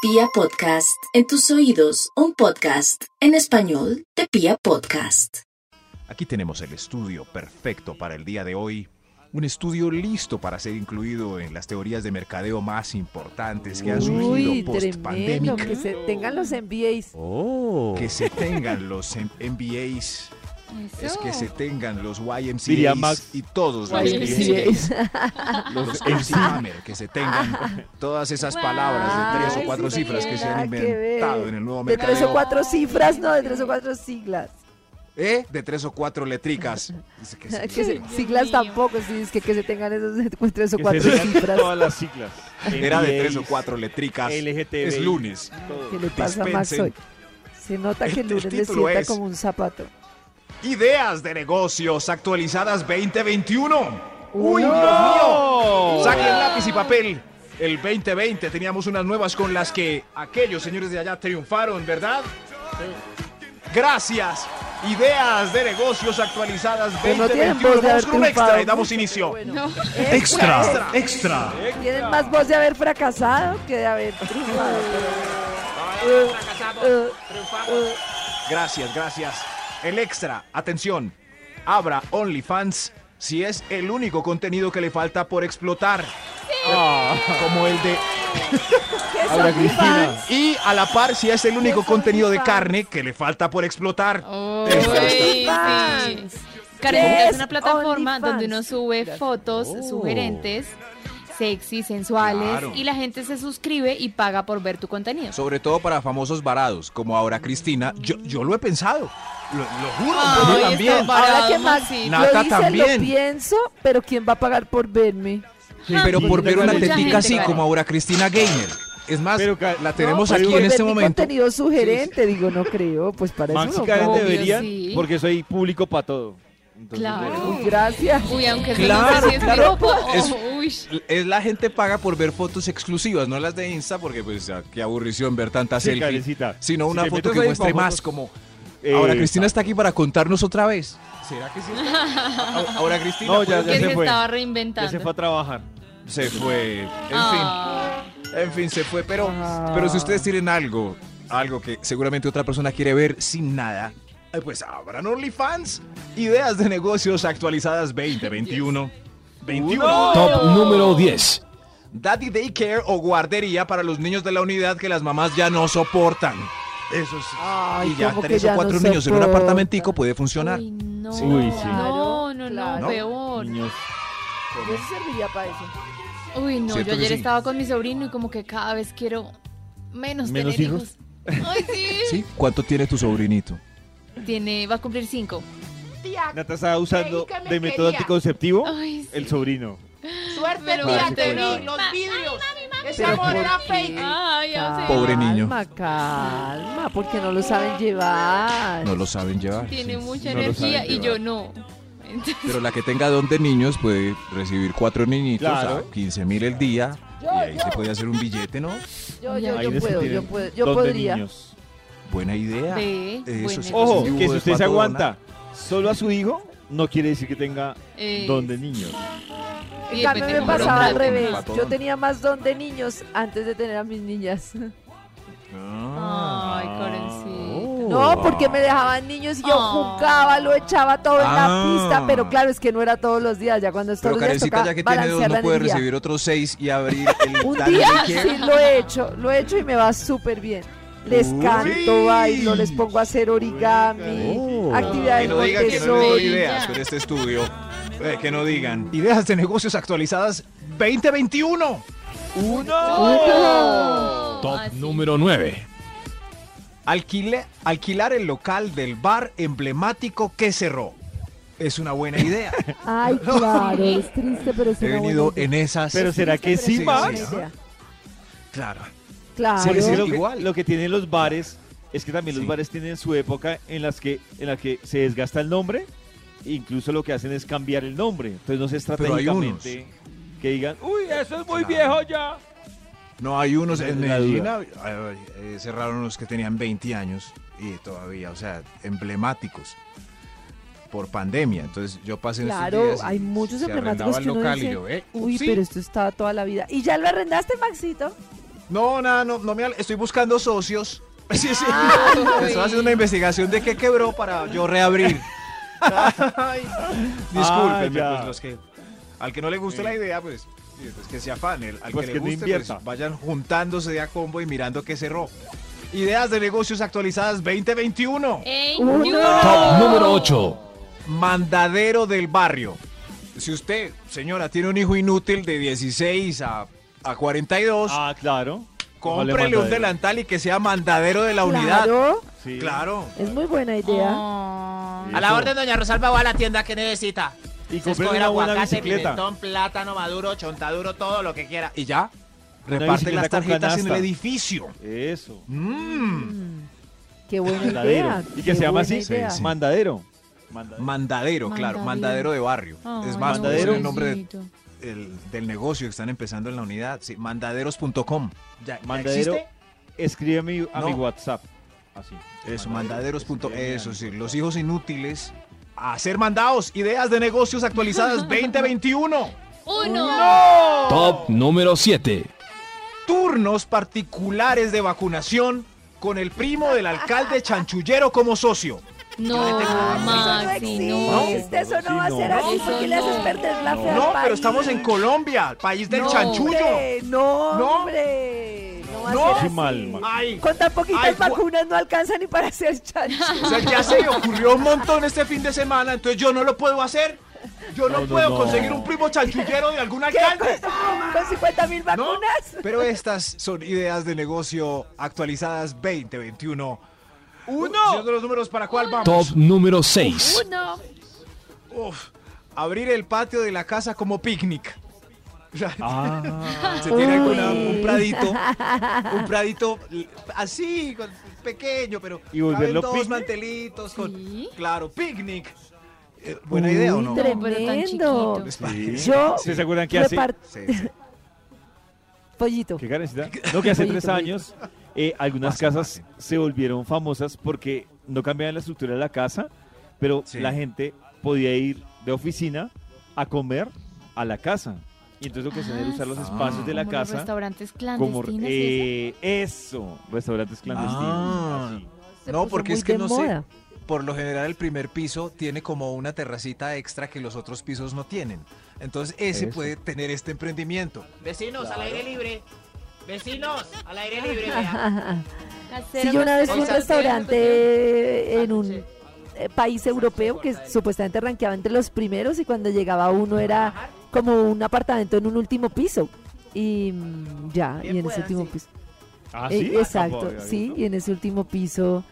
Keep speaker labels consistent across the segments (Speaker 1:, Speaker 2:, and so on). Speaker 1: Pia Podcast, en tus oídos, un podcast en español de Pia Podcast.
Speaker 2: Aquí tenemos el estudio perfecto para el día de hoy. Un estudio listo para ser incluido en las teorías de mercadeo más importantes que han
Speaker 3: Uy,
Speaker 2: surgido post
Speaker 3: tremendo, que
Speaker 2: pandémica.
Speaker 3: se tengan los MBAs.
Speaker 4: Oh.
Speaker 2: Que se tengan los M- MBAs, es que se tengan los YMCAs
Speaker 4: Diría Max.
Speaker 2: y todos los
Speaker 3: YMCAs.
Speaker 2: MCAs, los MC Hammer, que se tengan todas esas
Speaker 5: Wow.
Speaker 2: palabras de tres
Speaker 5: Ay,
Speaker 2: o cuatro
Speaker 5: sí,
Speaker 2: cifras que se han
Speaker 3: nada que
Speaker 2: inventado
Speaker 3: ver.
Speaker 2: en el nuevo
Speaker 3: De tres o
Speaker 2: mercadeo.
Speaker 3: cuatro cifras, no, de tres o cuatro siglas.
Speaker 2: ¿Eh? De tres o cuatro letricas. Dice que se-
Speaker 3: Que se-
Speaker 5: Dios
Speaker 3: siglas
Speaker 5: mío.
Speaker 3: tampoco, sí, es que, que se tengan esos de tres o
Speaker 4: Que
Speaker 3: cuatro
Speaker 4: se tengan
Speaker 3: cifras.
Speaker 4: todas las siglas.
Speaker 2: Era de tres o
Speaker 4: NBAs,
Speaker 2: cuatro letricas.
Speaker 4: LGTBI.
Speaker 2: Es lunes.
Speaker 4: todo.
Speaker 3: ¿Qué le pasa a Max
Speaker 2: dispensen.
Speaker 3: hoy? Se nota
Speaker 2: El-
Speaker 3: que el
Speaker 2: el
Speaker 3: lunes le
Speaker 2: título
Speaker 3: sienta
Speaker 2: es-
Speaker 3: como un zapato.
Speaker 2: Ideas de negocios actualizadas 2021. ¡Uy,
Speaker 3: ¡No!
Speaker 2: Dios mío! Saquen lápiz y papel. El 2020 teníamos unas nuevas con las que aquellos señores de allá triunfaron, ¿verdad? Gracias. Ideas de negocios actualizadas
Speaker 3: Pero no tienen
Speaker 2: 2021.
Speaker 3: voz de
Speaker 2: Vamos
Speaker 3: haber
Speaker 2: con un extra y
Speaker 3: triunfado.
Speaker 2: damos inicio.
Speaker 3: Extra.
Speaker 6: extra.
Speaker 3: Tienen más voz de haber fracasado que de haber triunfado. pero- Eh, eh,
Speaker 2: Gracias, gracias. El extra, atención. Abra OnlyFans si es el único contenido que le falta por explotar. Ah, Como el de
Speaker 3: ¿Qué son mis fans?
Speaker 2: Y a la par, si es el único
Speaker 3: Eso
Speaker 2: contenido de
Speaker 3: es
Speaker 2: carne que le falta por explotar.
Speaker 5: Uy, sí.
Speaker 3: OnlyFans.
Speaker 5: Carnita
Speaker 3: ¿Qué
Speaker 5: es una
Speaker 3: es
Speaker 5: plataforma
Speaker 3: OnlyFans?
Speaker 5: donde uno sube
Speaker 3: Gracias.
Speaker 5: fotos
Speaker 4: Oh.
Speaker 5: sugerentes, sexy, sensuales,
Speaker 2: Claro.
Speaker 5: y la gente se suscribe y paga por ver tu contenido.
Speaker 2: Sobre todo para famosos varados, como ahora Cristina. Yo, yo lo he pensado. Lo, lo juro.
Speaker 5: Ay,
Speaker 2: yo también.
Speaker 5: está
Speaker 3: Ahora que
Speaker 5: parado,
Speaker 3: Max
Speaker 5: Maxito.
Speaker 2: Na- Nata
Speaker 3: lo dice,
Speaker 2: también.
Speaker 3: lo pienso, pero ¿quién va a pagar por verme?
Speaker 2: Pero por ver una
Speaker 5: Mucha gente,
Speaker 2: tetica así,
Speaker 5: claro.
Speaker 2: como ahora Cristina Gamer. Es más,
Speaker 4: Pero ca-
Speaker 2: la tenemos
Speaker 3: No, pues
Speaker 2: aquí
Speaker 3: por
Speaker 2: en este
Speaker 3: ver mi
Speaker 2: momento.
Speaker 3: contenido sugerente, digo, no creo, pues para
Speaker 4: Max
Speaker 3: eso
Speaker 4: y
Speaker 3: no pago.
Speaker 4: Karen
Speaker 5: obvio,
Speaker 4: deberían,
Speaker 5: sí.
Speaker 4: porque soy público para todo. Entonces,
Speaker 5: Claro.
Speaker 4: deberían.
Speaker 3: Uy, Gracias.
Speaker 5: Uy, aunque
Speaker 2: Claro,
Speaker 5: claro, si es
Speaker 2: claro.
Speaker 5: piropo, oh,
Speaker 2: Es-
Speaker 5: uy.
Speaker 2: Es la gente paga por ver fotos exclusivas, no las de Insta, porque pues ah, qué aburrición ver tantas
Speaker 4: Sí,
Speaker 2: selfies.
Speaker 4: Karencita.
Speaker 2: Sino
Speaker 4: Si
Speaker 2: una
Speaker 4: te
Speaker 2: foto
Speaker 4: metes
Speaker 2: que
Speaker 4: ahí
Speaker 2: muestre
Speaker 4: con
Speaker 2: más,
Speaker 4: fotos-
Speaker 2: como
Speaker 4: Eh,
Speaker 2: ahora Cristina está aquí para contarnos otra vez. ¿Será que sí? ahora Cristina.
Speaker 4: No, ya-
Speaker 2: ¿puedes
Speaker 5: Que es
Speaker 4: se
Speaker 5: que
Speaker 4: fue.
Speaker 5: estaba
Speaker 4: Ya se
Speaker 5: reinventando.
Speaker 4: fue a trabajar.
Speaker 2: Se fue. En
Speaker 5: Ah.
Speaker 2: fin. En fin, se fue. Pero,
Speaker 3: Ah.
Speaker 2: pero si ustedes tienen algo, algo que seguramente otra persona quiere ver sin nada, eh, pues abran OnlyFans. Ideas de negocios actualizadas 2021. 21.
Speaker 6: Top número 10.
Speaker 2: Daddy Daycare o guardería para los niños de la unidad que las mamás ya no soportan. Eso sí.
Speaker 3: Ay,
Speaker 2: y ya
Speaker 3: ¿cómo que
Speaker 2: tres o
Speaker 3: ya no
Speaker 2: cuatro niños en un
Speaker 3: soportan?
Speaker 2: apartamentico puede funcionar.
Speaker 5: Uy, no.
Speaker 4: Sí. Uy, sí.
Speaker 5: no, no, no,
Speaker 3: Claro.
Speaker 5: peor.
Speaker 4: Niños.
Speaker 3: Yo sí serviría para eso.
Speaker 5: Uy, no,
Speaker 2: ¿Cierto
Speaker 5: yo
Speaker 2: que
Speaker 5: ayer
Speaker 2: sí?
Speaker 5: estaba con mi sobrino y como que cada vez quiero menos,
Speaker 4: ¿Menos
Speaker 5: tener
Speaker 4: hijos?
Speaker 5: Ay, sí.
Speaker 2: ¿Sí? ¿Cuánto tiene tu sobrinito?
Speaker 5: Tiene, va a cumplir cinco.
Speaker 4: Nata estaba usando de método anticonceptivo
Speaker 5: Ay, sí.
Speaker 4: el sobrino.
Speaker 7: Suerte
Speaker 5: Pero
Speaker 7: tía,
Speaker 4: parece
Speaker 7: te
Speaker 4: que
Speaker 7: vi
Speaker 4: no.
Speaker 7: los vidrios. Ese
Speaker 3: Pero
Speaker 7: amor
Speaker 3: ¿por
Speaker 7: era
Speaker 3: qué?
Speaker 7: fake.
Speaker 5: Ay, o sea,
Speaker 2: Pobre niño.
Speaker 3: Calma, calma, porque no lo saben llevar.
Speaker 2: No lo saben llevar.
Speaker 5: Tiene
Speaker 2: sí.
Speaker 5: mucha
Speaker 4: no lo
Speaker 5: energía
Speaker 4: saben
Speaker 5: y yo
Speaker 2: llevar.
Speaker 5: no. Entonces,
Speaker 2: Pero la que tenga don de niños puede recibir cuatro niñitos
Speaker 4: Claro.
Speaker 2: a 15 mil el día. Y ahí se puede hacer un billete, ¿no?
Speaker 3: Yo, yo,
Speaker 4: Ahí
Speaker 3: yo
Speaker 4: les
Speaker 3: puedo, yo
Speaker 4: tienen
Speaker 3: puedo, yo
Speaker 4: dos de
Speaker 3: podría. pues,
Speaker 4: niños.
Speaker 2: Buena idea.
Speaker 5: Ve, buena
Speaker 2: sí,
Speaker 5: idea.
Speaker 4: Ojo,
Speaker 2: sí,
Speaker 4: que
Speaker 2: hubo
Speaker 4: si
Speaker 2: de
Speaker 4: usted se
Speaker 2: pato
Speaker 4: aguanta solo a su hijo, no quiere decir que tenga
Speaker 5: eh,
Speaker 4: don de niños.
Speaker 5: y
Speaker 3: En cambio
Speaker 5: depende
Speaker 3: me
Speaker 5: cómo lo
Speaker 3: pasaba al
Speaker 2: traten,
Speaker 3: revés.
Speaker 2: patón.
Speaker 3: Yo tenía más don de niños antes de tener a mis niñas.
Speaker 2: Ah.
Speaker 5: Ay, Karencita.
Speaker 3: No, porque me dejaban niños y yo
Speaker 5: Ah.
Speaker 3: jugaba, lo echaba todo en
Speaker 2: Ah.
Speaker 3: la pista, pero claro, es que no era todos los días, ya cuando es todos
Speaker 2: Pero
Speaker 3: los días
Speaker 2: Karencita,
Speaker 3: tocaba
Speaker 2: ya que tiene dos,
Speaker 3: balancear
Speaker 2: no
Speaker 3: la
Speaker 2: puede
Speaker 3: energía.
Speaker 2: recibir otros seis y abrir el
Speaker 3: Un
Speaker 2: daddy
Speaker 3: día
Speaker 2: daycare.
Speaker 3: sí lo he hecho, lo he hecho y me va súper bien. Les
Speaker 2: Uy.
Speaker 3: canto, bailo, les pongo a hacer origami,
Speaker 4: Oh.
Speaker 3: actividades
Speaker 2: Que no digan que no
Speaker 5: le doy
Speaker 2: hay
Speaker 3: Montessori.
Speaker 2: ideas en este estudio. Eh, que no digan. Ideas de negocios actualizadas 2021.
Speaker 5: Uno.
Speaker 6: Top
Speaker 5: Así.
Speaker 6: número 9.
Speaker 2: Alquile- alquilar el local del bar emblemático que cerró. Es una buena idea.
Speaker 3: Ay, claro, es triste, pero es
Speaker 2: He
Speaker 3: una
Speaker 2: venido
Speaker 3: buena idea.
Speaker 2: en esas.
Speaker 4: Pero será que sí,
Speaker 2: sí,
Speaker 4: Max?
Speaker 2: sí.
Speaker 3: Buena idea.
Speaker 2: Claro.
Speaker 3: Claro.
Speaker 2: Sí,
Speaker 4: Porque
Speaker 2: sí,
Speaker 4: lo,
Speaker 2: igual.
Speaker 4: Que, lo que tienen los bares es que también
Speaker 2: Sí.
Speaker 4: los bares tienen su época en las que en la que se desgasta el nombre, e incluso lo que hacen es cambiar el nombre. Entonces no sé
Speaker 2: Pero hay unos.
Speaker 4: estratégicamente que digan, uy, eso es muy
Speaker 2: Claro.
Speaker 4: viejo ya.
Speaker 2: No, hay unos en
Speaker 4: La
Speaker 2: Medellín,
Speaker 4: duda.
Speaker 2: ay, eh, cerraron unos que tenían 20 años y todavía, o sea, emblemáticos por pandemia. Entonces yo pasé en estos
Speaker 3: Claro,
Speaker 2: días y
Speaker 3: hay muchos
Speaker 2: se
Speaker 3: emblemáticos
Speaker 2: arrendaba el
Speaker 3: que uno
Speaker 2: local y
Speaker 3: dice,
Speaker 2: yo, eh,
Speaker 3: Uy,
Speaker 2: sí,
Speaker 3: pero esto está toda la vida. ¿Y ya lo arrendaste, Maxito?
Speaker 2: No, nada, no, no me al- estoy buscando socios. Sí, sí. Estaba haciendo una investigación de qué quebró para yo reabrir. Discúlpenme,
Speaker 4: Ah, ya.
Speaker 2: pues los que al que no le guste la idea, pues, sí, pues, que se afane, al
Speaker 4: Pues
Speaker 2: que, le
Speaker 4: que no
Speaker 2: guste,
Speaker 4: invierta.
Speaker 2: pues, vayan juntándose de a combo y mirando qué cerró. Ideas de negocios actualizadas 2021.
Speaker 5: Eh.
Speaker 7: ¡Ey!
Speaker 3: Uno.
Speaker 6: Top número 8.
Speaker 2: Mandadero del barrio. Si usted, señora, tiene un hijo inútil de 16 a, a 42,
Speaker 4: Ah, claro. Ojalá
Speaker 2: cómprele
Speaker 4: mandadero.
Speaker 2: un delantal y que sea mandadero de la unidad.
Speaker 3: Claro,
Speaker 4: Sí.
Speaker 2: Claro.
Speaker 3: es muy buena idea.
Speaker 5: Ah,
Speaker 7: A la orden, doña Rosalba, va a la tienda que necesita.
Speaker 4: Y
Speaker 7: Se
Speaker 4: compré
Speaker 7: escoge
Speaker 4: una buena
Speaker 7: aguacate,
Speaker 4: bicicleta.
Speaker 7: pimentón, plátano maduro, chontaduro, todo lo que quiera.
Speaker 2: Y ya. Reparte
Speaker 4: bicicleta
Speaker 2: las
Speaker 4: con
Speaker 2: tarjetas en el
Speaker 4: canasta.
Speaker 2: edificio.
Speaker 4: Eso.
Speaker 2: Mm,
Speaker 3: Qué buena idea.
Speaker 4: Mandadero. Y que se llama
Speaker 3: buena
Speaker 4: así,
Speaker 3: idea.
Speaker 2: sí.
Speaker 4: mandadero.
Speaker 2: Mandadero, claro.
Speaker 5: Mandadero. Ah,
Speaker 2: Mandadero de barrio. es más,
Speaker 4: no,
Speaker 2: puede ser el
Speaker 4: pobrecito.
Speaker 2: nombre de- el- del negocio que están empezando en la unidad. Sí, mandaderos.com. ¿Ya, ya
Speaker 4: Mandadero.
Speaker 2: existe?
Speaker 4: Escríbeme a mi
Speaker 2: No.
Speaker 4: WhatsApp. Así.
Speaker 2: Eso,
Speaker 4: Mandaderos.
Speaker 2: mandaderos. punto-
Speaker 4: Escríbeme a
Speaker 2: Eso
Speaker 4: mi
Speaker 2: sí,
Speaker 4: WhatsApp.
Speaker 2: los hijos inútiles a ser mandados. Ideas de negocios actualizadas 2021.
Speaker 5: Uno.
Speaker 6: Top número 7.
Speaker 2: Turnos particulares de vacunación con el primo del alcalde chanchullero como socio.
Speaker 5: No, Maxi,
Speaker 3: eso Ah, no
Speaker 5: no.
Speaker 3: existe, eso no
Speaker 4: Sí,
Speaker 3: va a
Speaker 4: no.
Speaker 3: ser así,
Speaker 5: Eso
Speaker 3: porque le haces
Speaker 5: no.
Speaker 3: perder la fe al
Speaker 2: No, pero
Speaker 3: país.
Speaker 2: estamos en Colombia, país del
Speaker 5: No.
Speaker 2: chanchullo.
Speaker 3: Hombre, No,
Speaker 2: No.
Speaker 3: hombre, no va a
Speaker 2: No.
Speaker 3: ser
Speaker 4: Qué
Speaker 3: así.
Speaker 4: mal, Max.
Speaker 2: Ay,
Speaker 3: Con tan poquitas
Speaker 2: Ay, cu-
Speaker 3: vacunas no alcanza ni para hacer chancho.
Speaker 2: o sea, ya se me ocurrió un montón este fin de semana, entonces yo no lo puedo hacer. Yo no,
Speaker 4: No, no,
Speaker 2: puedo
Speaker 4: no.
Speaker 2: conseguir un primo chanchullero de algún
Speaker 3: ¿Qué?
Speaker 2: alcalde.
Speaker 3: ¿Con 50 mil
Speaker 2: No,
Speaker 3: vacunas?
Speaker 2: pero estas son ideas de negocio actualizadas 2021. Uno. Señor de los números, ¿para cuál
Speaker 6: Top
Speaker 2: vamos?
Speaker 6: número 6.
Speaker 5: Uno.
Speaker 2: Uf, abrir el patio de la casa como picnic. O sea,
Speaker 4: Ah,
Speaker 2: Se tiene alguna-
Speaker 3: Uy.
Speaker 2: un pradito, un pradito l- así, con- pequeño, pero
Speaker 4: Y
Speaker 2: caben
Speaker 4: volverlo
Speaker 2: dos
Speaker 4: picnic.
Speaker 2: mantelitos con,
Speaker 5: Sí.
Speaker 2: claro, picnic. Eh, buena idea o no?
Speaker 5: tre- Pero tan
Speaker 3: Tremendo.
Speaker 5: chiquito.
Speaker 2: Sí.
Speaker 3: Yo
Speaker 4: ¿Sí se acuerdan que hace?
Speaker 3: repart-
Speaker 2: Sí, sí.
Speaker 3: Pollito.
Speaker 4: ¿Qué carencita? No, que hace
Speaker 3: Pollito,
Speaker 4: tres
Speaker 3: pollito.
Speaker 4: años eh, algunas
Speaker 2: Pase,
Speaker 4: casas
Speaker 2: pase.
Speaker 4: se volvieron famosas porque no cambiaban la estructura de la casa, pero
Speaker 2: Sí.
Speaker 4: la gente podía ir de oficina a comer a la casa. Y entonces lo que hacían era
Speaker 5: Ah,
Speaker 4: usar los
Speaker 5: sí.
Speaker 4: espacios de la
Speaker 5: Como los
Speaker 4: casa
Speaker 5: restaurantes
Speaker 4: como
Speaker 5: clandestinos. y eso.
Speaker 4: eh, eso, restaurantes clandestinos.
Speaker 2: Ah.
Speaker 4: así.
Speaker 3: Se
Speaker 2: No,
Speaker 3: puso
Speaker 2: porque
Speaker 3: muy
Speaker 2: es que
Speaker 3: de
Speaker 2: no
Speaker 3: moda.
Speaker 2: sé. Por lo general el primer piso tiene como una terracita extra que los otros pisos no tienen. Entonces ese
Speaker 4: Eso.
Speaker 2: puede tener este emprendimiento.
Speaker 7: Vecinos, al aire libre. Vecinos, al aire libre. vea.
Speaker 5: Casero,
Speaker 3: Si yo una vez fui
Speaker 5: casero.
Speaker 3: a un
Speaker 7: Oigan,
Speaker 3: restaurante en un
Speaker 7: Sí.
Speaker 3: eh, país europeo que supuestamente ranqueaba entre los primeros y cuando llegaba uno era como un apartamento en un último piso. Y mm, ya,
Speaker 7: Bien
Speaker 3: y en ese
Speaker 7: puedan,
Speaker 3: último
Speaker 7: sí.
Speaker 3: piso.
Speaker 4: Ah,
Speaker 3: Eh,
Speaker 4: ¿sí?
Speaker 3: Exacto,
Speaker 4: Ah,
Speaker 3: sí,
Speaker 4: ¿no?
Speaker 3: y en ese último piso,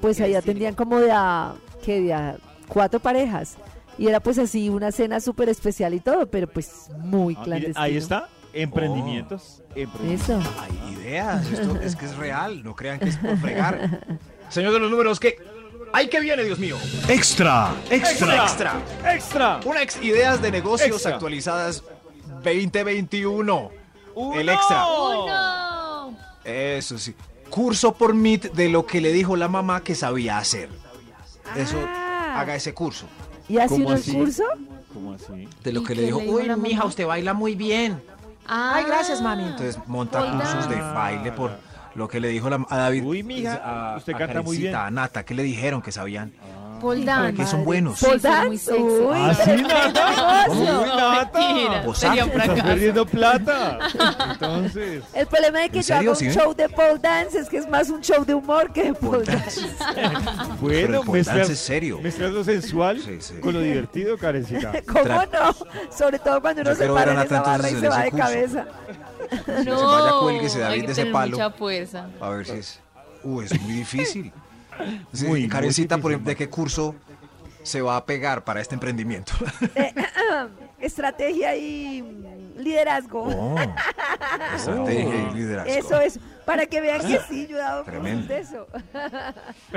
Speaker 3: pues
Speaker 7: qué
Speaker 3: ahí
Speaker 7: destino.
Speaker 3: atendían como de a, ¿qué? De a cuatro parejas. Y era pues así una cena súper especial y todo, pero pues muy
Speaker 4: Ah, mire,
Speaker 3: clandestino.
Speaker 4: ahí está, emprendimientos. emprendimientos.
Speaker 3: Eso.
Speaker 2: Hay ideas, esto es que es real, no crean que es por fregar. Señor de los números, que... ¡Ay, que viene, Dios mío!
Speaker 6: Extra,
Speaker 2: Extra,
Speaker 6: extra.
Speaker 2: extra.
Speaker 4: ¡Extra!
Speaker 2: Una ex ideas de negocios
Speaker 4: Extra.
Speaker 2: actualizadas 2021. El
Speaker 4: ¡Uno!
Speaker 2: extra.
Speaker 5: Uno.
Speaker 2: Eso sí. Curso por Meet de lo que le dijo la mamá que sabía hacer. Eso,
Speaker 3: Ah.
Speaker 2: haga ese curso.
Speaker 3: ¿Y así
Speaker 4: ¿Cómo
Speaker 3: uno el
Speaker 4: así?
Speaker 3: curso?
Speaker 4: ¿Cómo así?
Speaker 2: De lo
Speaker 5: ¿Y
Speaker 2: que le
Speaker 5: qué
Speaker 2: dijo,
Speaker 5: le dijo
Speaker 2: uy,
Speaker 5: la mamá?
Speaker 2: mija, usted baila muy bien.
Speaker 5: Ay, gracias, mami.
Speaker 2: Entonces monta
Speaker 5: Hola.
Speaker 2: cursos de baile por lo que le dijo la, a David.
Speaker 4: Uy, mija,
Speaker 2: a-
Speaker 4: usted
Speaker 2: a
Speaker 4: canta muy
Speaker 2: Karencita,
Speaker 4: bien.
Speaker 2: A Nata, ¿qué le dijeron que sabían?
Speaker 5: Pole
Speaker 2: Para
Speaker 5: dance.
Speaker 2: que son buenos.
Speaker 5: Sí,
Speaker 3: ¿Pole
Speaker 5: son muy
Speaker 3: dance?
Speaker 5: sexy.
Speaker 3: Uy,
Speaker 4: ¿Ah,
Speaker 3: pero
Speaker 4: sí,
Speaker 3: qué
Speaker 4: Nata?
Speaker 3: negocio.
Speaker 4: ¡Uy, Nata!
Speaker 7: Mentira, sería un
Speaker 2: Posar.
Speaker 4: Está
Speaker 7: fracaso.
Speaker 4: perdiendo plata. Entonces,
Speaker 3: El problema de que
Speaker 2: ¿En
Speaker 3: yo hago
Speaker 2: serio?
Speaker 3: un
Speaker 2: ¿Sí ven?
Speaker 3: show de pole dance es que es más un show de humor que de pole
Speaker 2: Pole
Speaker 3: dance.
Speaker 2: dance. Pero
Speaker 4: bueno,
Speaker 2: el pole
Speaker 4: mezclas,
Speaker 2: dance es serio.
Speaker 4: mezclas lo sensual
Speaker 2: Sí, sí.
Speaker 4: con lo divertido, carecita.
Speaker 3: ¿Cómo
Speaker 2: Tra-
Speaker 3: no? Sobre todo cuando uno
Speaker 2: Yo
Speaker 3: se
Speaker 2: quiero ver a
Speaker 3: para en
Speaker 2: Nata
Speaker 3: esa barra y
Speaker 2: entonces
Speaker 3: se
Speaker 2: en
Speaker 3: va
Speaker 2: ese
Speaker 3: de
Speaker 2: curso.
Speaker 3: cabeza.
Speaker 5: No,
Speaker 2: se vaya, cuélguese, David,
Speaker 5: hay que
Speaker 2: de ese
Speaker 5: tener
Speaker 2: palo.
Speaker 5: mucha fuerza.
Speaker 2: A ver si es. Uh, es muy difícil. Sí,
Speaker 4: Muy, muy
Speaker 2: Karencita, por ejemplo, ¿de
Speaker 4: difícil,
Speaker 2: qué curso se va a pegar para este emprendimiento?
Speaker 3: Estrategia y mm, liderazgo.
Speaker 2: Oh, estrategia
Speaker 4: Oh.
Speaker 2: y liderazgo.
Speaker 3: Eso es, para que vean que sí, yo he dado cursos
Speaker 2: Tremendo.
Speaker 3: de eso.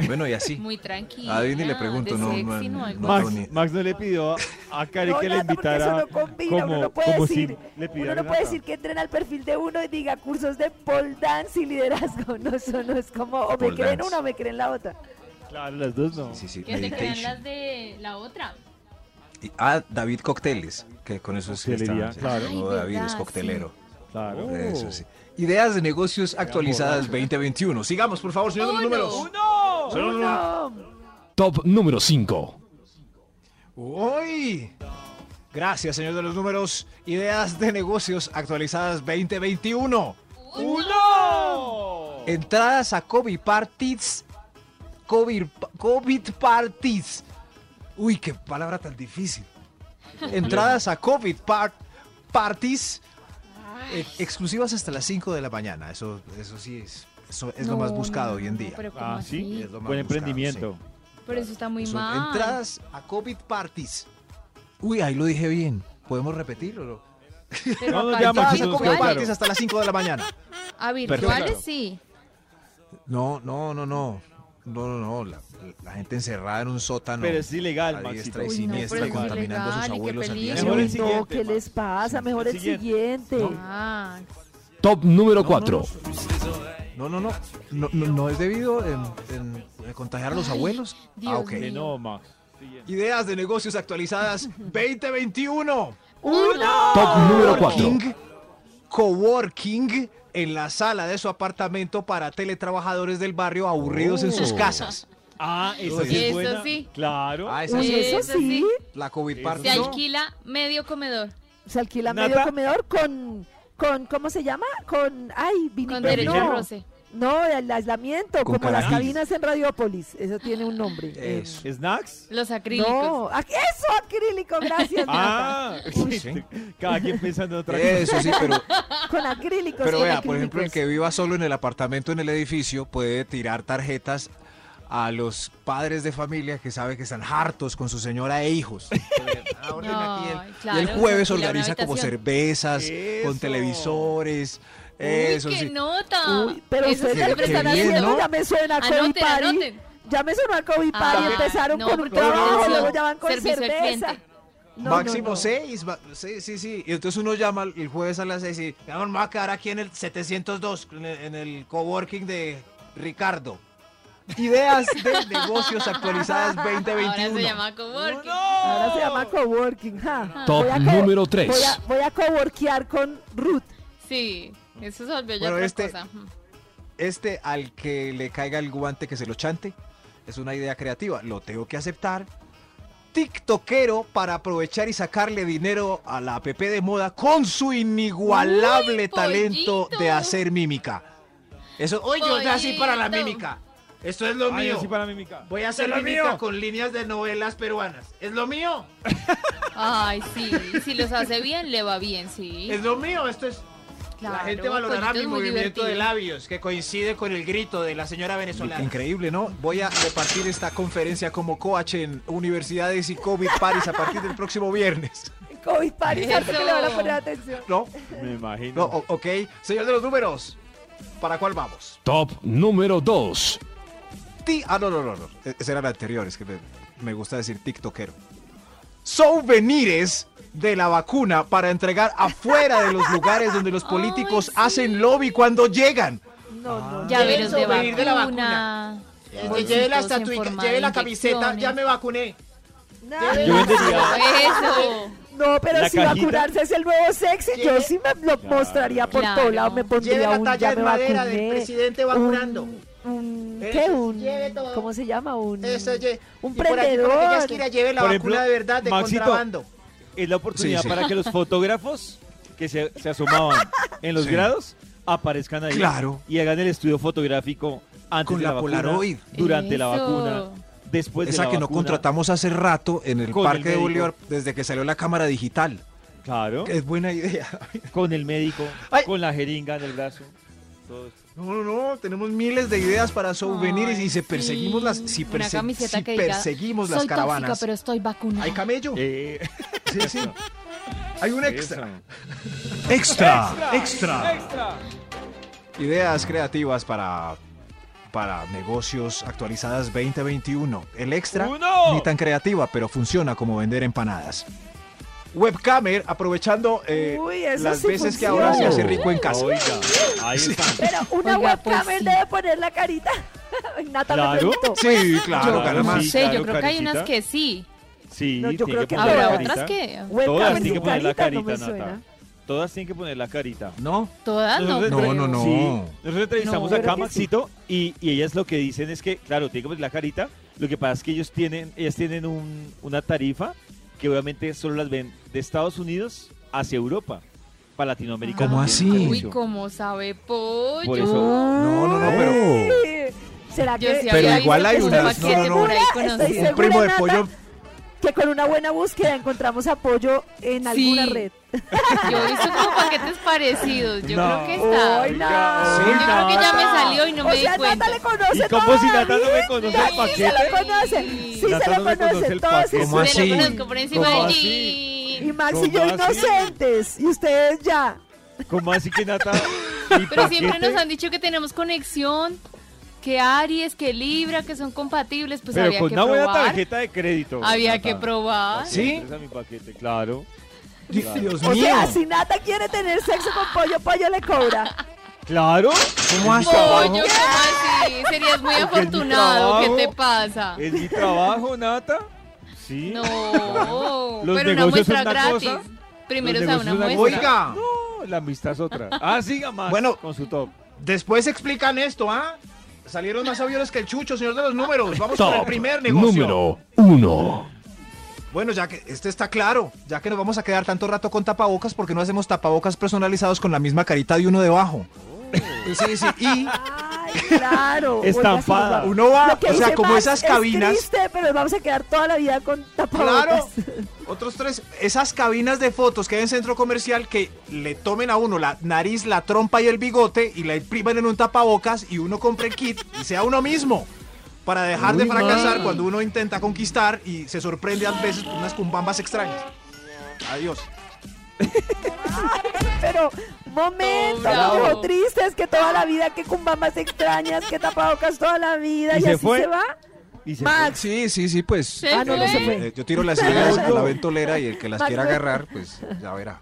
Speaker 2: Bueno, y así.
Speaker 5: Muy tranquilo.
Speaker 2: A Dini le pregunto,
Speaker 5: de
Speaker 2: no,
Speaker 5: sexy,
Speaker 2: no,
Speaker 5: algo
Speaker 2: no,
Speaker 5: así.
Speaker 4: Max,
Speaker 2: Tony.
Speaker 4: Max no le pidió a- a Karen
Speaker 3: No,
Speaker 4: que le
Speaker 3: Nata, porque
Speaker 4: invitara.
Speaker 3: eso no combina, uno no puede
Speaker 4: como
Speaker 3: decir.
Speaker 4: si le
Speaker 3: Uno
Speaker 4: pidiera
Speaker 3: no puede decir que entren al perfil de uno y diga cursos de pole dance y liderazgo. No, eso no es como o me
Speaker 2: Pole
Speaker 3: creen
Speaker 2: dance.
Speaker 3: una o me creen la otra.
Speaker 4: Claro, las dos no.
Speaker 2: Sí, sí,
Speaker 5: Que se crean
Speaker 2: meditation.
Speaker 5: las de la otra.
Speaker 2: Y- ah, David Cócteles, que con eso sí está.
Speaker 4: Coctelería,
Speaker 2: sí.
Speaker 4: claro.
Speaker 5: Ay,
Speaker 2: No, David
Speaker 5: verdad,
Speaker 2: es coctelero.
Speaker 4: Claro. Claro.
Speaker 2: Eso sí. Ideas de negocios actualizadas 2021. Sigamos, por favor, señor de los
Speaker 5: Uno.
Speaker 2: números.
Speaker 3: Uno.
Speaker 6: Top número 5.
Speaker 2: ¡Uy! Gracias, señor de los números. Ideas de negocios actualizadas 2021.
Speaker 4: ¡Uno!
Speaker 2: Entradas a COVID parties. COVID, COVID parties. Uy, qué palabra tan difícil. Entradas a COVID par- parties. eh, exclusivas hasta las 5 de la mañana. Eso, eso sí es, eso es lo más
Speaker 5: No,
Speaker 2: buscado
Speaker 5: no,
Speaker 2: hoy en
Speaker 5: no,
Speaker 2: día.
Speaker 5: Pero, ¿cómo
Speaker 4: Ah,
Speaker 5: así?
Speaker 4: sí.
Speaker 2: Es lo más buscado,
Speaker 4: Buen emprendimiento.
Speaker 5: Pero eso está muy
Speaker 2: Son
Speaker 5: mal.
Speaker 2: entradas a COVID parties. Uy, ahí lo dije bien. ¿Podemos repetirlo. no?
Speaker 5: Pero
Speaker 4: No, no,
Speaker 5: acá
Speaker 4: ya,
Speaker 5: entradas
Speaker 2: Entradas a
Speaker 4: Maxito,
Speaker 5: a
Speaker 4: nos
Speaker 2: COVID
Speaker 4: quedó
Speaker 5: virtuales.
Speaker 2: parties hasta las 5 de la mañana.
Speaker 5: A virtuales sí.
Speaker 2: No, no, no, no. No, no, no. La, la gente encerrada en un sótano.
Speaker 4: Pero es ilegal,
Speaker 2: a
Speaker 4: Maxito.
Speaker 2: diestra y
Speaker 5: Uy, no,
Speaker 2: siniestra,
Speaker 5: pero es
Speaker 2: contaminando a sus
Speaker 5: ilegal, y qué
Speaker 2: abuelos al día
Speaker 5: peligro.
Speaker 4: Mejor el
Speaker 2: siguiente.
Speaker 3: Uy, no,
Speaker 4: siguiente,
Speaker 3: ¿qué
Speaker 4: Max.
Speaker 3: les pasa? Mejor
Speaker 4: El
Speaker 3: el
Speaker 4: siguiente.
Speaker 3: siguiente.
Speaker 5: Ah,
Speaker 6: Top número 4.
Speaker 2: No, no, no. No, no, no es debido en, en contagiar a los abuelos.
Speaker 5: Dios
Speaker 2: ah, ok.
Speaker 5: mío.
Speaker 4: Que no, Max. Siguiente.
Speaker 2: Ideas de negocios actualizadas 2021.
Speaker 3: ¡Uno!
Speaker 6: Top número 4.
Speaker 2: Coworking, coworking en la sala de su apartamento para teletrabajadores del barrio aburridos en sus
Speaker 6: Oh.
Speaker 2: casas.
Speaker 4: Ah, esa sí
Speaker 5: Eso
Speaker 4: es buena.
Speaker 5: sí.
Speaker 4: Claro.
Speaker 2: Ah, esa
Speaker 3: Uy,
Speaker 2: es
Speaker 3: eso
Speaker 5: Eso
Speaker 3: sí.
Speaker 5: sí.
Speaker 2: la COVID
Speaker 5: se
Speaker 2: party. ¿no?
Speaker 5: alquila medio comedor.
Speaker 3: Se alquila
Speaker 4: Nata.
Speaker 3: medio comedor con, con, ¿cómo se llama? Con, ay, vinito.
Speaker 5: Con derecho
Speaker 3: no.
Speaker 5: al roce.
Speaker 3: No, el aislamiento,
Speaker 2: Con
Speaker 3: como las
Speaker 2: carajillos.
Speaker 3: cabinas en Radiópolis. Eso tiene un nombre. eh,
Speaker 2: Eso.
Speaker 4: ¿Snacks?
Speaker 5: Los acrílicos.
Speaker 3: No, ac- eso acrílico, gracias. Nata.
Speaker 4: Ah, sí. cada quien pensando en otra cosa.
Speaker 2: Eso sí, pero,
Speaker 3: Con acrílicos.
Speaker 2: pero
Speaker 3: con
Speaker 2: vea, por ejemplo, el
Speaker 3: acrílicos.
Speaker 2: que viva solo en el apartamento, en el edificio, puede tirar tarjetas a los padres de familia que sabe que están hartos con su señora e hijos. Ah, orden aquí el-
Speaker 5: Ay,
Speaker 2: y el
Speaker 5: claro,
Speaker 2: jueves
Speaker 5: alquila una
Speaker 2: organiza como
Speaker 5: habitación.
Speaker 2: cervezas, con
Speaker 4: Eso.
Speaker 2: televisores.
Speaker 5: Uy,
Speaker 2: eso
Speaker 5: qué
Speaker 2: sí.
Speaker 5: nota.
Speaker 3: Uy, pero
Speaker 5: Ah, Eso
Speaker 3: ustedes
Speaker 5: siempre
Speaker 3: lo que están
Speaker 5: están
Speaker 2: bien,
Speaker 3: haciendo
Speaker 2: ¿no?
Speaker 3: ya me suena a COVID
Speaker 5: Anoten,
Speaker 3: party.
Speaker 5: anoten.
Speaker 3: Ya me sonó a COVID
Speaker 5: Ah,
Speaker 3: party. Empezaron
Speaker 5: no,
Speaker 3: con un
Speaker 5: porque ahora
Speaker 3: trabajo,
Speaker 5: es
Speaker 3: luego
Speaker 5: un
Speaker 3: ya van con
Speaker 5: servicio al
Speaker 3: cerveza.
Speaker 5: cliente.
Speaker 3: No,
Speaker 2: Máximo
Speaker 3: no, no.
Speaker 2: seis, ma- sí, sí, sí. Y entonces uno llama el jueves a las seis y, mi amor, me voy a quedar aquí en el 702, en el, en el coworking de Ricardo. Ideas de negocios actualizadas
Speaker 5: Ahora
Speaker 2: 2021.
Speaker 5: se llama coworking.
Speaker 3: Ahora se llama coworking. ja.
Speaker 6: Top
Speaker 3: Voy a co-
Speaker 6: número
Speaker 3: Voy a,
Speaker 6: 3.
Speaker 3: voy a coworkear con Ruth.
Speaker 5: Sí, eso se volvió ya
Speaker 2: Bueno,
Speaker 5: otra
Speaker 2: este-
Speaker 5: cosa.
Speaker 2: Este al que le caiga el guante que se lo chante. Es una idea creativa, lo tengo que aceptar. TikTokero para aprovechar y sacarle dinero a la app de moda con su inigualable
Speaker 5: Uy,
Speaker 2: talento de
Speaker 5: pollito.
Speaker 2: hacer mímica. Eso, oye, yo soy así para la
Speaker 5: Pollito.
Speaker 2: mímica. Esto es lo
Speaker 4: Ay,
Speaker 2: mío.
Speaker 4: así para mí, Mica.
Speaker 2: Voy a hacer
Speaker 7: lo
Speaker 2: mímica
Speaker 7: mío.
Speaker 2: con líneas de novelas peruanas. ¿Es lo mío?
Speaker 5: Ay, sí. Si los hace bien, le va bien, sí.
Speaker 2: ¿Es lo mío? Esto es... la
Speaker 5: Claro,
Speaker 2: gente valorará
Speaker 5: Pollito
Speaker 2: mi
Speaker 5: es muy
Speaker 2: movimiento de
Speaker 5: divertido.
Speaker 2: labios que coincide con el grito de la señora venezolana. Increíble, ¿no? Voy a repartir esta conferencia como coach en universidades y COVID Paris a partir del próximo viernes.
Speaker 3: COVID party, ¿cierto que
Speaker 5: Eso.
Speaker 3: le van a poner atención?
Speaker 2: ¿No?
Speaker 4: Me
Speaker 2: No,
Speaker 4: imagino.
Speaker 2: o- ok. Señor de los números, ¿para cuál vamos?
Speaker 6: Top número 2.
Speaker 2: Ti ah, no, no, no, no. E- Ese era el anterior, es que me, me gusta decir tiktokero. Souvenirs de la vacuna para entregar afuera de los lugares donde los políticos
Speaker 5: Ay, sí.
Speaker 2: hacen lobby cuando llegan.
Speaker 3: No, no, no.
Speaker 5: Llaveros de
Speaker 7: Souvenir de la Pues
Speaker 5: vacuna. bolsitos
Speaker 7: Lleve la
Speaker 5: en
Speaker 7: estatuica,
Speaker 5: forma
Speaker 7: lleve
Speaker 5: de
Speaker 7: la camiseta, ya
Speaker 5: inyecciones.
Speaker 7: me vacuné.
Speaker 3: No,
Speaker 4: Yo vendería.
Speaker 5: Eso.
Speaker 3: No, pero
Speaker 4: La
Speaker 3: si
Speaker 4: cajita.
Speaker 3: vacunarse es el nuevo sexy, yo
Speaker 7: Lleve-
Speaker 3: sí me lo
Speaker 4: Claro.
Speaker 3: mostraría por
Speaker 5: Claro.
Speaker 3: todo lado, me
Speaker 7: Lleve
Speaker 3: pondría
Speaker 7: la
Speaker 3: un
Speaker 7: talla
Speaker 3: ya
Speaker 7: de
Speaker 3: me
Speaker 7: madera del
Speaker 3: vacuné,
Speaker 7: presidente
Speaker 3: un-
Speaker 7: vacunando.
Speaker 3: un-
Speaker 7: Eso,
Speaker 3: ¿Qué? Un,
Speaker 7: lleve todo.
Speaker 3: ¿Cómo se llama? Un,
Speaker 7: Eso, ye-
Speaker 3: un
Speaker 7: y por aquí, por
Speaker 3: prendedor.
Speaker 7: aquella esquina, lleve la
Speaker 4: Por
Speaker 7: vacuna
Speaker 4: ejemplo,
Speaker 7: de verdad, de
Speaker 4: Maxito.
Speaker 7: contrabando.
Speaker 4: Es la oportunidad
Speaker 2: Sí, sí.
Speaker 4: para que los fotógrafos que se, se asomaban en los
Speaker 2: Sí.
Speaker 4: grados aparezcan ahí.
Speaker 2: Claro.
Speaker 4: Y hagan el estudio fotográfico antes
Speaker 2: Con
Speaker 4: de
Speaker 2: la
Speaker 4: la, vacuna,
Speaker 2: Polaroid.
Speaker 4: durante la
Speaker 5: Eso.
Speaker 4: vacuna, después de
Speaker 2: Esa
Speaker 4: la
Speaker 2: que no
Speaker 4: vacuna.
Speaker 2: contratamos hace rato en el
Speaker 4: Con el
Speaker 2: Parque de
Speaker 4: médico.
Speaker 2: Bolívar desde que salió la cámara digital.
Speaker 4: Claro.
Speaker 2: Es buena idea.
Speaker 4: Con el médico,
Speaker 2: Ay.
Speaker 4: con la jeringa en el brazo. todo esto.
Speaker 2: No, no, no, tenemos miles de ideas para souvenirs
Speaker 5: Ay,
Speaker 2: y si perseguimos
Speaker 5: sí.
Speaker 2: las si,
Speaker 5: Una
Speaker 2: perse-
Speaker 5: camiseta
Speaker 2: si
Speaker 5: que diga,
Speaker 2: perseguimos las
Speaker 5: Soy
Speaker 2: caravanas.
Speaker 5: tóxica, pero estoy vacunada.
Speaker 2: Hay camello.
Speaker 4: Eh,
Speaker 2: Sí, sí. Hay un extra.
Speaker 4: eso.
Speaker 6: Extra. Extra.
Speaker 2: Ideas creativas para para negocios actualizadas 2021. El extra
Speaker 4: ¡Uno!
Speaker 2: ni tan creativa, pero funciona como vender empanadas. Webcamer aprovechando eh,
Speaker 3: Uy, eso
Speaker 2: las
Speaker 3: sí
Speaker 2: veces que ahora se
Speaker 3: funciona.
Speaker 2: hace rico en casa.
Speaker 4: Oiga, ahí está.
Speaker 3: Pero una
Speaker 5: Oiga, pues
Speaker 3: webcam él
Speaker 5: sí.
Speaker 3: debe poner la carita. Nata me
Speaker 4: Claro.
Speaker 3: preguntó.
Speaker 2: Sí, claro,
Speaker 5: yo
Speaker 4: Claro,
Speaker 5: no
Speaker 2: Calamar.
Speaker 4: sí,
Speaker 5: sé,
Speaker 4: claro,
Speaker 5: yo creo que hay
Speaker 4: Karencita.
Speaker 5: unas que sí.
Speaker 4: Sí,
Speaker 3: No, yo
Speaker 4: tiene
Speaker 3: creo que
Speaker 4: poner
Speaker 5: Habrá
Speaker 4: la
Speaker 3: ahora-
Speaker 5: otras
Speaker 4: carita.
Speaker 5: que.
Speaker 3: Webcam
Speaker 4: Todas
Speaker 3: sin
Speaker 4: tienen que poner la
Speaker 3: carita, no
Speaker 4: carita,
Speaker 3: me
Speaker 4: Nata.
Speaker 3: suena.
Speaker 4: Todas tienen que poner la carita.
Speaker 2: ¿No?
Speaker 5: Todas Ah, no.
Speaker 4: Nosotros-
Speaker 5: creo.
Speaker 2: No, no, no.
Speaker 4: Sí, nosotros entrevistamos
Speaker 3: No,
Speaker 4: acá
Speaker 3: creo
Speaker 4: a
Speaker 3: que sí.
Speaker 4: Maxito y, y ellas lo que dicen es que, claro, tiene que poner la carita. Lo que pasa es que ellos tienen, ellas tienen un- una tarifa que obviamente solo las ven de Estados Unidos hacia Europa, para Latinoamérica.
Speaker 2: ¿Cómo
Speaker 4: no
Speaker 2: así?
Speaker 4: tienen
Speaker 5: Uy,
Speaker 4: precio.
Speaker 5: cómo sabe pollo.
Speaker 4: Por eso-
Speaker 2: No, no, no, pero.
Speaker 3: ¿Será
Speaker 5: Yo
Speaker 3: que,
Speaker 5: sí
Speaker 2: Pero
Speaker 5: había
Speaker 2: igual
Speaker 5: visto
Speaker 2: hay
Speaker 5: que
Speaker 2: unas-
Speaker 5: estaba
Speaker 2: no, no,
Speaker 5: aquí
Speaker 2: no.
Speaker 5: por ahí
Speaker 3: Estoy
Speaker 5: conocido.
Speaker 2: Un primo de
Speaker 3: Nata?
Speaker 2: pollo.
Speaker 3: que con una buena búsqueda encontramos apoyo en
Speaker 5: Sí.
Speaker 3: alguna red?
Speaker 5: Yo he visto como paquetes parecidos. Yo
Speaker 4: No.
Speaker 5: creo que está.
Speaker 3: Ay,
Speaker 4: Oiga,
Speaker 3: Nata.
Speaker 2: sí,
Speaker 5: Yo creo que ya me salió y no
Speaker 3: o
Speaker 5: me
Speaker 3: sea,
Speaker 5: di cuenta.
Speaker 3: Nata le conoce
Speaker 4: ¿Y cómo
Speaker 3: todo
Speaker 4: si
Speaker 3: a
Speaker 4: Nata no me
Speaker 3: David?
Speaker 4: conoce
Speaker 5: el
Speaker 3: Sí,
Speaker 5: paquete?
Speaker 3: se lo conoce. Sí,
Speaker 4: Nata
Speaker 3: se
Speaker 4: no
Speaker 3: lo
Speaker 4: me conoce
Speaker 3: conoce.
Speaker 4: el
Speaker 3: Todos
Speaker 4: paquete.
Speaker 3: y
Speaker 2: ¿Cómo
Speaker 3: sus-
Speaker 5: Se
Speaker 2: así?
Speaker 5: lo conozco por encima
Speaker 4: ¿Cómo
Speaker 5: del
Speaker 4: así?
Speaker 3: Y
Speaker 5: jean.
Speaker 3: Max y
Speaker 4: ¿Cómo
Speaker 3: yo
Speaker 4: así?
Speaker 3: inocentes. Y ustedes ya.
Speaker 4: ¿Cómo así que Nata?
Speaker 5: Pero siempre nos han dicho que tenemos conexión, que Aries, que Libra, que son compatibles. Pues
Speaker 4: Pero
Speaker 5: había
Speaker 4: con
Speaker 5: que
Speaker 4: una buena
Speaker 5: probar.
Speaker 4: tarjeta de crédito.
Speaker 5: Había
Speaker 4: Nata.
Speaker 5: que probar.
Speaker 4: Nata,
Speaker 2: ¿Sí?
Speaker 4: ingresa mi paquete, claro.
Speaker 2: Di-
Speaker 4: Claro.
Speaker 2: Dios
Speaker 3: O
Speaker 2: mío.
Speaker 3: sea, si Nata quiere tener sexo con pollo, pollo le cobra.
Speaker 4: Claro.
Speaker 2: ¿Cómo así?
Speaker 5: Pollo, ¿cómo así?
Speaker 4: Porque es
Speaker 5: Serías muy
Speaker 4: mi
Speaker 5: afortunado. ¿Qué
Speaker 4: trabajo. Eh.
Speaker 5: te pasa?
Speaker 4: Es mi trabajo, Nata. Sí.
Speaker 5: No,
Speaker 4: Los
Speaker 5: pero una
Speaker 4: negocios
Speaker 5: muestra
Speaker 4: son una
Speaker 5: gratis.
Speaker 4: cosa,
Speaker 5: Primero
Speaker 4: los
Speaker 5: se da
Speaker 4: negocios
Speaker 5: una
Speaker 4: son una
Speaker 5: muestra.
Speaker 4: cosa.
Speaker 2: Oiga,
Speaker 4: No, la amistad es otra. Ah, siga más.
Speaker 2: Bueno.
Speaker 4: con su top.
Speaker 2: después explican esto, ¿ah? Salieron más aviones que el Chucho, señor de los números. Vamos con el
Speaker 6: Top
Speaker 2: primer negocio.
Speaker 6: número 1.
Speaker 2: Bueno, ya que este está claro, ya que nos vamos a quedar tanto rato con tapabocas, porque no hacemos tapabocas personalizados con la misma carita de uno debajo? Sí, sí, y
Speaker 3: Ay, claro. Oiga, sí, nos
Speaker 4: Estampada.
Speaker 3: vamos.
Speaker 2: uno va,
Speaker 3: Lo que
Speaker 2: o sea,
Speaker 3: dice
Speaker 2: como
Speaker 3: Max
Speaker 2: esas
Speaker 3: es
Speaker 2: cabinas,
Speaker 3: triste, pero nos vamos a quedar toda la vida con
Speaker 2: claro,
Speaker 3: tapabocas.
Speaker 2: otros tres, esas cabinas de fotos que hay en centro comercial que le tomen a uno la nariz, la trompa y el bigote y la impriman en un tapabocas y uno compre el kit y sea uno mismo. Para dejar de
Speaker 4: Uy,
Speaker 2: fracasar
Speaker 4: man.
Speaker 2: cuando uno intenta conquistar y se sorprende a veces por unas cumbambas extrañas. Adiós.
Speaker 3: Pero, momento,
Speaker 5: Bravo.
Speaker 3: lo triste es que toda la vida, que cumbamas extrañas, que tapabocas toda la vida,
Speaker 4: ¿Y
Speaker 3: y,
Speaker 4: se
Speaker 3: así
Speaker 4: fue?
Speaker 3: se va.
Speaker 4: Y se
Speaker 3: Max,
Speaker 2: Ah, Sí, sí, sí, pues.
Speaker 5: Se
Speaker 3: Ah, no, no se fue.
Speaker 2: Eh, Yo tiro las ideas a la ventolera y el que las quiera agarrar, pues ya verá.